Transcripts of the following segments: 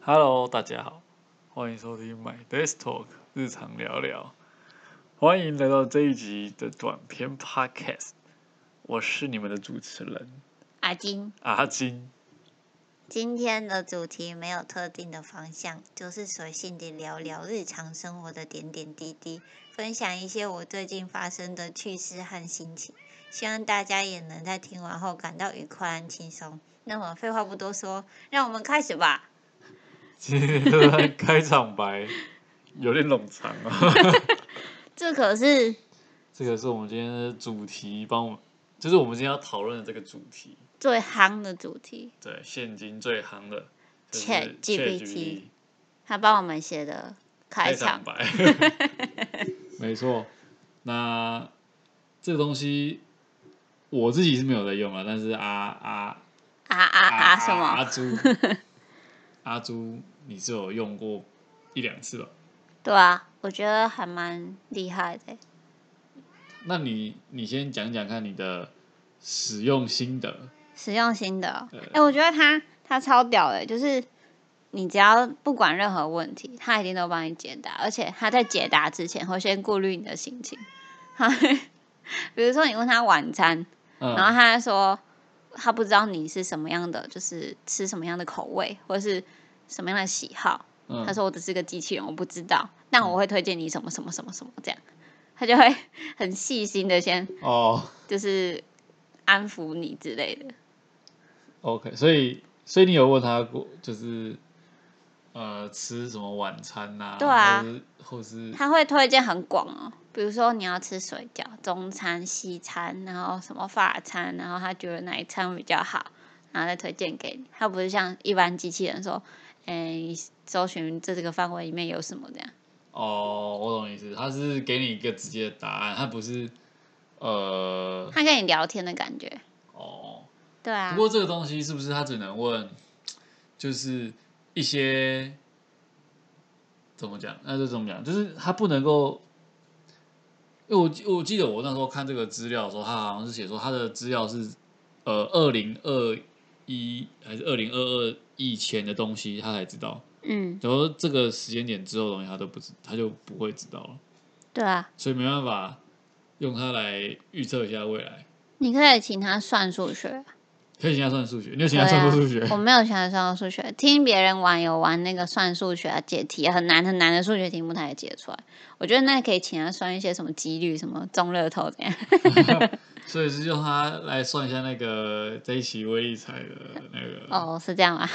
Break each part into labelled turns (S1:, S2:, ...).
S1: Hello，大家好，欢迎收听 My Desk Talk 日常聊聊，欢迎来到这一集的短篇 Podcast，我是你们的主持人
S2: 阿金，
S1: 阿金。
S2: 今天的主题没有特定的方向，就是随性地聊聊日常生活的点点滴滴，分享一些我最近发生的趣事和心情。希望大家也能在听完后感到愉快和轻松。那么废话不多说，让我们开始吧。
S1: 今天的开场白 有点冗长啊，
S2: 这可是
S1: 这个是我们今天的主题，帮我们就是我们今天要讨论的这个主题，
S2: 最夯的主题，
S1: 对，现今最夯的就是 ChatGPT
S2: Chat GPT 他帮我们写的开场。
S1: 白。 没错，那这个东西我自己是没有在用啊，但是阿阿
S2: 啊啊
S1: 阿
S2: 啊！什
S1: 阿
S2: 么？
S1: 朱阿朱，你是有用过一两次吧？
S2: 对啊，我觉得还蛮厉害的。欸
S1: 那你你先讲讲看你的使用心得。
S2: 实用心得哦、
S1: 对
S2: 哎、我觉得他他超屌的，就是你只要不管任何问题，他一定都帮你解答，而且他在解答之前会先顾虑你的心情。 他会比如说你问他晚餐，然后
S1: 嗯，
S2: 他说他不知道你是什么样的，就是吃什么样的口味或者是什么样的喜好，他
S1: 嗯，
S2: 说我只是个机器人，我不知道，但我会推荐你什么什么什么什么这样，他就会很细心的先
S1: 哦
S2: 就是安抚你之类的。
S1: ，OK，所以所以你有问他过，就是呃吃什么晚餐呐、
S2: 对啊
S1: 或是或是
S2: 他会推荐很广哦，比如说你要吃水饺、中餐、西餐，然后什么法餐，然后他觉得哪一餐比较好，然后再推荐给你。他不是像一般机器人说，哎、你搜寻这这个范围里面有什么这样。
S1: 哦，我懂你意思，他是给你一个直接的答案，他不是呃
S2: 他跟你聊天的感觉，
S1: 哦。
S2: 对啊
S1: 不，过这个东西是不是他只能问，就是一些怎么讲？那就怎么讲？就是他不能够，因为我记我记得我那时候看这个资料的时候，他好像是写说他的资料是呃二零二一还是二零二二以前的东西，他才知道。
S2: 嗯，
S1: 然后这个时间点之后的东西，他都不知，他就不会知道了。
S2: 对啊，
S1: 所以没办法用它来预测一下未来。
S2: 你可以请他算数学，
S1: 可以请他算数学，你有请
S2: 对
S1: 他算
S2: 啊
S1: 过数学？，
S2: 我没有请他算过数学，听别人玩有玩那个算数学啊，解题很难很难的数学题目他也解出来，我觉得那可以请他算一些什么几率，什么中乐透这样。
S1: 所以是用它来算一下那个这一期威力彩的那个。
S2: 哦，是这样吗？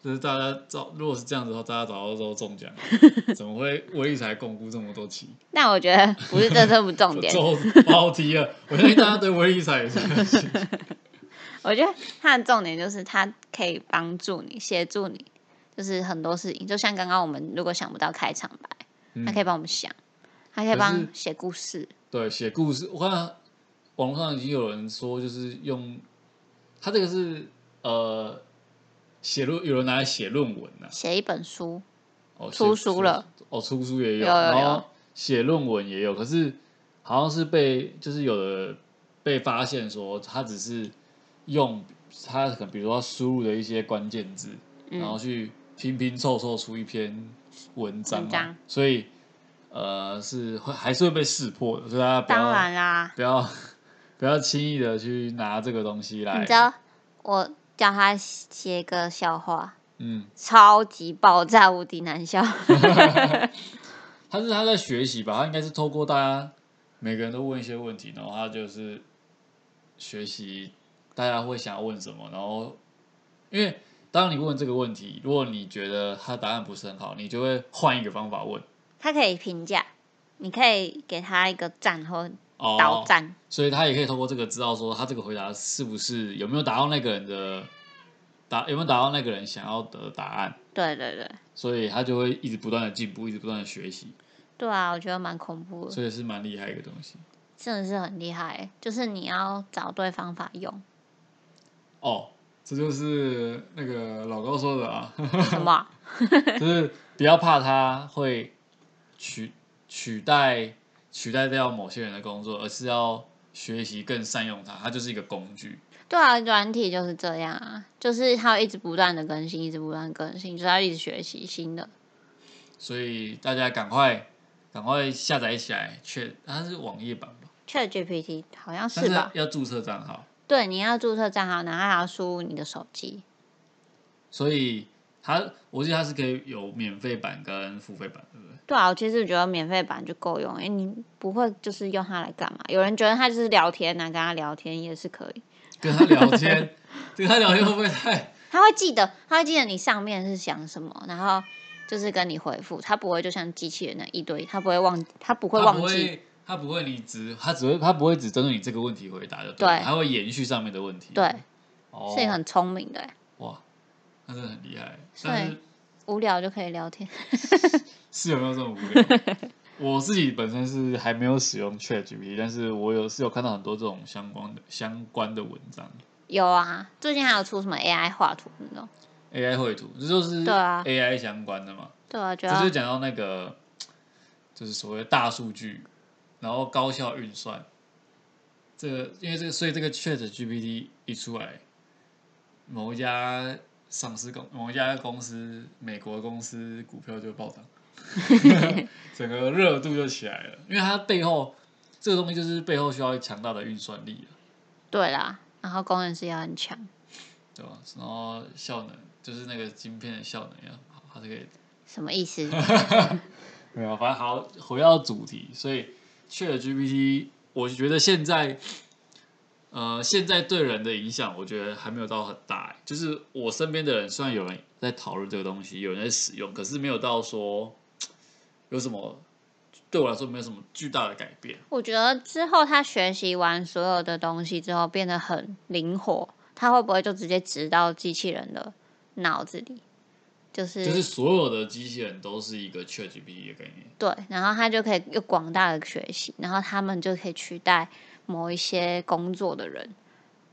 S1: 就是大家早，如果是这样子的话，大家早就都中奖了， 怎么会威力彩共估这么多期？
S2: 但我觉得不是，这都不 重点。
S1: 周跑题了，我相信大家对威力彩也是很清楚。
S2: 我觉得它的重点就是它可以帮助你、协助你，就是很多事情。就像刚刚我们如果想不到开场白，它可以
S1: 嗯，
S2: 帮我们想，它可以
S1: 可
S2: 帮
S1: 是
S2: 写故事。
S1: 对，写故事，我看网络上已经有人说，就是用它这个是呃写论，有人拿来写论文啊呐、
S2: 写一本书，
S1: 哦，
S2: 出
S1: 写
S2: 书了，
S1: 哦，出书也有，
S2: 有有
S1: 然
S2: 有
S1: 后写论文也有，可是好像是被就是有的被发现说他只是用他可能比如说他输入的一些关键字，然后
S2: 嗯，
S1: 去拼拼凑凑出一篇文章嘛，啊
S2: 文章
S1: 所以呃是会还是会被识破的，所以大家不
S2: 当
S1: 要
S2: 然啦，
S1: 不要 不要轻易的去拿这个东西来，
S2: 你知道我叫他写个笑话，
S1: 嗯，
S2: 超级爆炸无敌难 笑。
S1: 他是他在学习吧，他应该是透过大家每个人都问一些问题，然后他就是学习大家会想要问什么，然后因为当你问这个问题，如果你觉得他答案不是很好，你就会换一个方法问
S2: 它可以评价，你可以给他一个赞或倒
S1: 哦，
S2: 赞。
S1: 所以他也可以透过这个知道说他这个回答是不是有没有达到那个人的答有没有达到那个人想要的答案，
S2: 对对对，
S1: 所以他就会一直不断的进步，一直不断的学习，
S2: 对啊，我觉得蛮恐怖的。
S1: 所以是蛮厉害一个东西。
S2: 真的是很厉害欸，就是你要找对方法 用。
S1: 哦，这就是那个老高说的啊，
S2: 什么啊？
S1: 就是不要怕他会取取代取代掉某些人的工作，而是要学习更善用它，它就是一个工具。
S2: 对啊，软体就是这样啊，就是它会一直不断的更新，一直不断地更新，就是要一直学习新的。
S1: 所以大家赶快赶快下载起来，确它是网页版吧？
S2: Chat GPT 好像
S1: 但
S2: 是吧？
S1: 要注册账号，
S2: 对，你要注册账号，然后还要输入你的手机。
S1: 所以它我记得它是可以有免费版跟付费版，对不对？
S2: 对啊，我其实觉得免费版就够用，因为你不会就是用它来干嘛？有人觉得它就是聊天啊，跟他聊天也是可以。
S1: 跟他聊天，跟他聊天会不会太？
S2: 他会记得，他会记得你上面是想什么，然后就是跟你回复，他不会就像机器人那一堆，他不会忘，他不会
S1: 他
S2: 忘
S1: 不
S2: 记，
S1: 会，他不会，你只他只会他不会只针对你这个问题回答的，
S2: 对
S1: 他会延续上面的问题。
S2: 对，
S1: 哦，
S2: 是很聪明的欸，
S1: 哇，那真的很厉害。
S2: 所以
S1: 但是
S2: 无聊就可以聊天。
S1: 是有没有这么无聊？ 我自己本身是还没有使用 ChatGPT，但是我有是有看到很多这种相关的相关的文章
S2: 有啊，最近还有出什么 AI 画图那种，
S1: ，AI 绘图，这就是
S2: 对啊
S1: AI 相关的嘛。
S2: 对啊，觉
S1: 这就
S2: 得
S1: 讲到那个，就是所谓的大数据，然后高效运算。这个因为这个，所以这个 Chat GPT 一出来，某一家上市公某一家公司，美国公司股票就 暴涨，整个热度就起来了。因为它背后这个东西就是背后需要强大的运算力啊，
S2: 对啦。然后工程师也很强，
S1: 对吧？然后效能就是那个晶片的效能要好，它这个
S2: 什么意思？
S1: 没有，反正好，回到主题，所以 Chat GPT，我觉得现在，呃，现在对人的影响，我觉得还没有到很大欸。就是我身边的人，虽然有人在讨论这个东西，有人在使用，可是没有到说有什么对我来说没有什么巨大的改变。
S2: 我觉得之后他学习完所有的东西之后，变得很灵活，他会不会就直接植到机器人的脑子里？就是、
S1: 就是所有的机器人都是一个 Chat GPT 的概念，
S2: 对，然后他就可以有广大的学习，然后他们就可以取代某一些工作的人，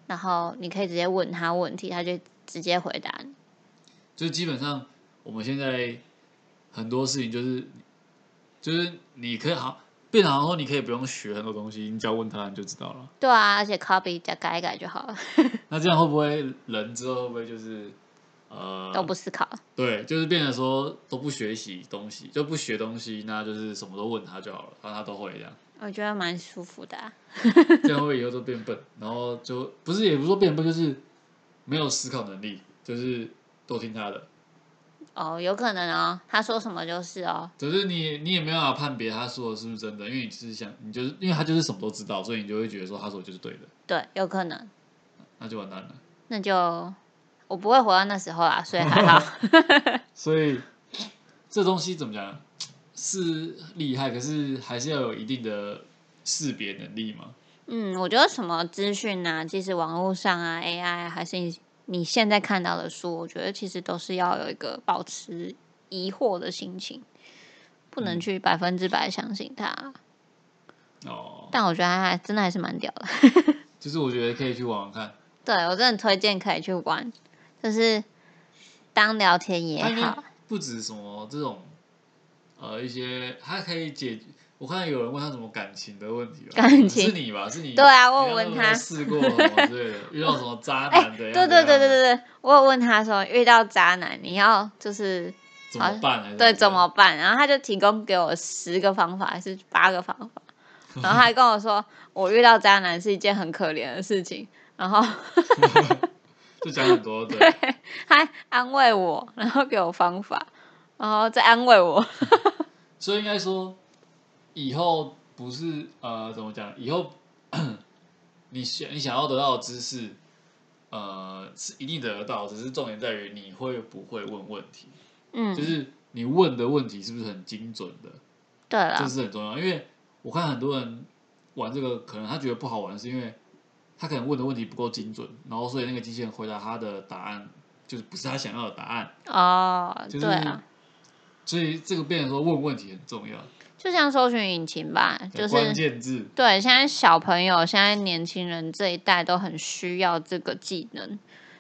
S2: 然后你可以直接问他问题，他就直接回答你。
S1: 就是基本上我们现在很多事情就是就是你可以好变得好像说你可以不用学很多东西，你只要问他你就知道了。
S2: 对啊，而且 copy 再改一改就好了，
S1: 那这样会不会人之后会不会就是呃
S2: 都不思考。
S1: 对，就是变得说都不学习东西，就不学东西，那就是什么都问他就好了，然后他都会 这样，
S2: 我觉得蛮舒服的、啊。
S1: 这样会不会以后都变笨？然后就不是也不是说变笨，就是没有思考能力，就是都听他的，
S2: 哦，有可能哦，他说什么就是哦。
S1: 只是你你也没办法判别他说的是不是真的，因为你只是想你就是因为他就是什么都知道，所以你就会觉得说他说的就是对的，
S2: 对，有可能，
S1: 那就完蛋了。
S2: 那就我不会活到那时候啊，所以还好。
S1: 所以这东西怎么讲是厉害，可是还是要有一定的识别能力嘛。
S2: 嗯，我觉得什么资讯啊，即使网络上啊、AI 啊还是你你现在看到的书，我觉得其实都是要有一个保持疑惑的心情，不能
S1: 嗯
S2: 去百分之百相信它。啊
S1: 哦，
S2: 但我觉得它还真的还是蛮屌的，
S1: 就是我觉得可以去玩玩看，
S2: 对我真的推荐可以去玩，就是当聊天也
S1: 它应该
S2: 好，
S1: 不止什么这种呃一些，它可以解决。我看有人问他什么感情的问题吧，
S2: 感情
S1: 是你吧？是你
S2: 对啊我有问
S1: 你要不要
S2: 他
S1: 试过什么之类的，遇到什么渣
S2: 哎、
S1: 男的，
S2: 对
S1: 要
S2: 对
S1: 不要
S2: 对对
S1: 啊
S2: 对对，我有问他说遇到渣男你要就是
S1: 怎么办？还是
S2: 啊对，怎
S1: 怎
S2: 么办？然后他就提供给我十个方法，还是八个方 法，然后还跟我说，我遇到渣男是一件很可怜的事情，然后
S1: 办就讲很多对，
S2: 还安慰我，然后给我方法，然后再安慰我。
S1: 所以应该说，以后不是呃怎么讲？以后 你想你想要得到的知识，呃是一定得得到，只是重点在于你会不会问问题，就
S2: 嗯，
S1: 是你问的问题是不是很精准的，
S2: 对啊
S1: 这
S2: 了，
S1: 是很重要。因为我看很多人玩这个，可能他觉得不好玩，是因为他可能问的问题不够精准，然后所以那个机器人回答他的答案就是不是他想要的答案，
S2: 哦，
S1: 就是
S2: 对啊，
S1: 所以这个变成说问问题很重要，
S2: 就像搜寻引擎吧，就
S1: 关
S2: 是。
S1: 键字。
S2: 对，现在小朋友、现在年轻人这一代都很需要这个技能，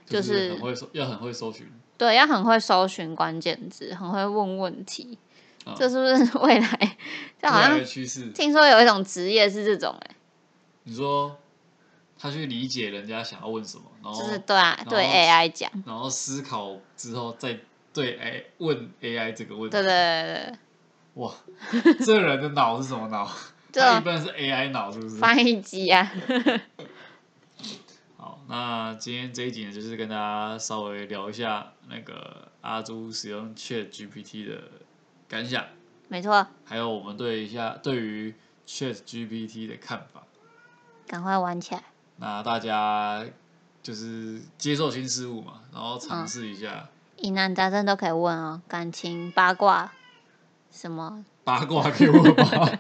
S2: 就
S1: 就是是很会搜，要很会搜寻。
S2: 对，要很会搜寻关键字，很会问问题，
S1: 啊
S2: 这是不 是未来？啊就好
S1: 未来
S2: 像
S1: 的趋势，
S2: 听说有一种职业是这种、欸，
S1: 你说他去理解人家想要问什么，然后
S2: 就是对啊，
S1: 后
S2: 对 AI 讲，
S1: 然后思考之后再对 A 问 AI 这个问题。
S2: 对对对对
S1: 哇，这人的脑是什么脑？
S2: 对，啊
S1: 他一
S2: 这
S1: 般是 AI 脑是不是？
S2: 翻译机啊，
S1: 好，那今天这一集呢，就是跟大家稍微聊一下那个阿朱使用 Chat GPT 的感想，
S2: 没错，
S1: 还有我们对一下对于 Chat GPT 的看法。
S2: 赶快玩起来，
S1: 那大家就是接受新事物嘛，然后尝试一下
S2: 疑难杂症都可以问哦，感情、八卦，什么
S1: 八卦给我吧。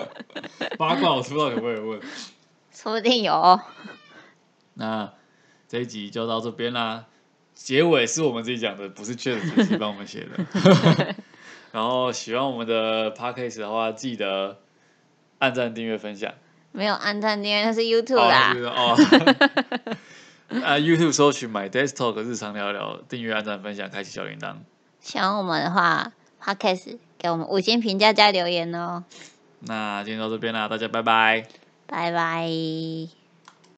S1: 八卦我不知道有没有问。
S2: 说不定有哦。
S1: 那这一集就到这边啦。结尾是我们自己讲的，不是 Chat GPT 帮我们写的。然后喜欢我们的 Podcast 的话，记得按赞、订阅、分享。
S2: 没有按赞订阅那是 YouTube
S1: 哦
S2: 啦
S1: 就，是哦。啊，YouTube 搜取 My Desktop 日常聊聊，订阅、按赞、分享，开启小铃铛。
S2: 喜欢我们的话，Podcast 给我们五星评价加留言哦，
S1: 那今天到这边啦，大家拜拜。
S2: 拜拜。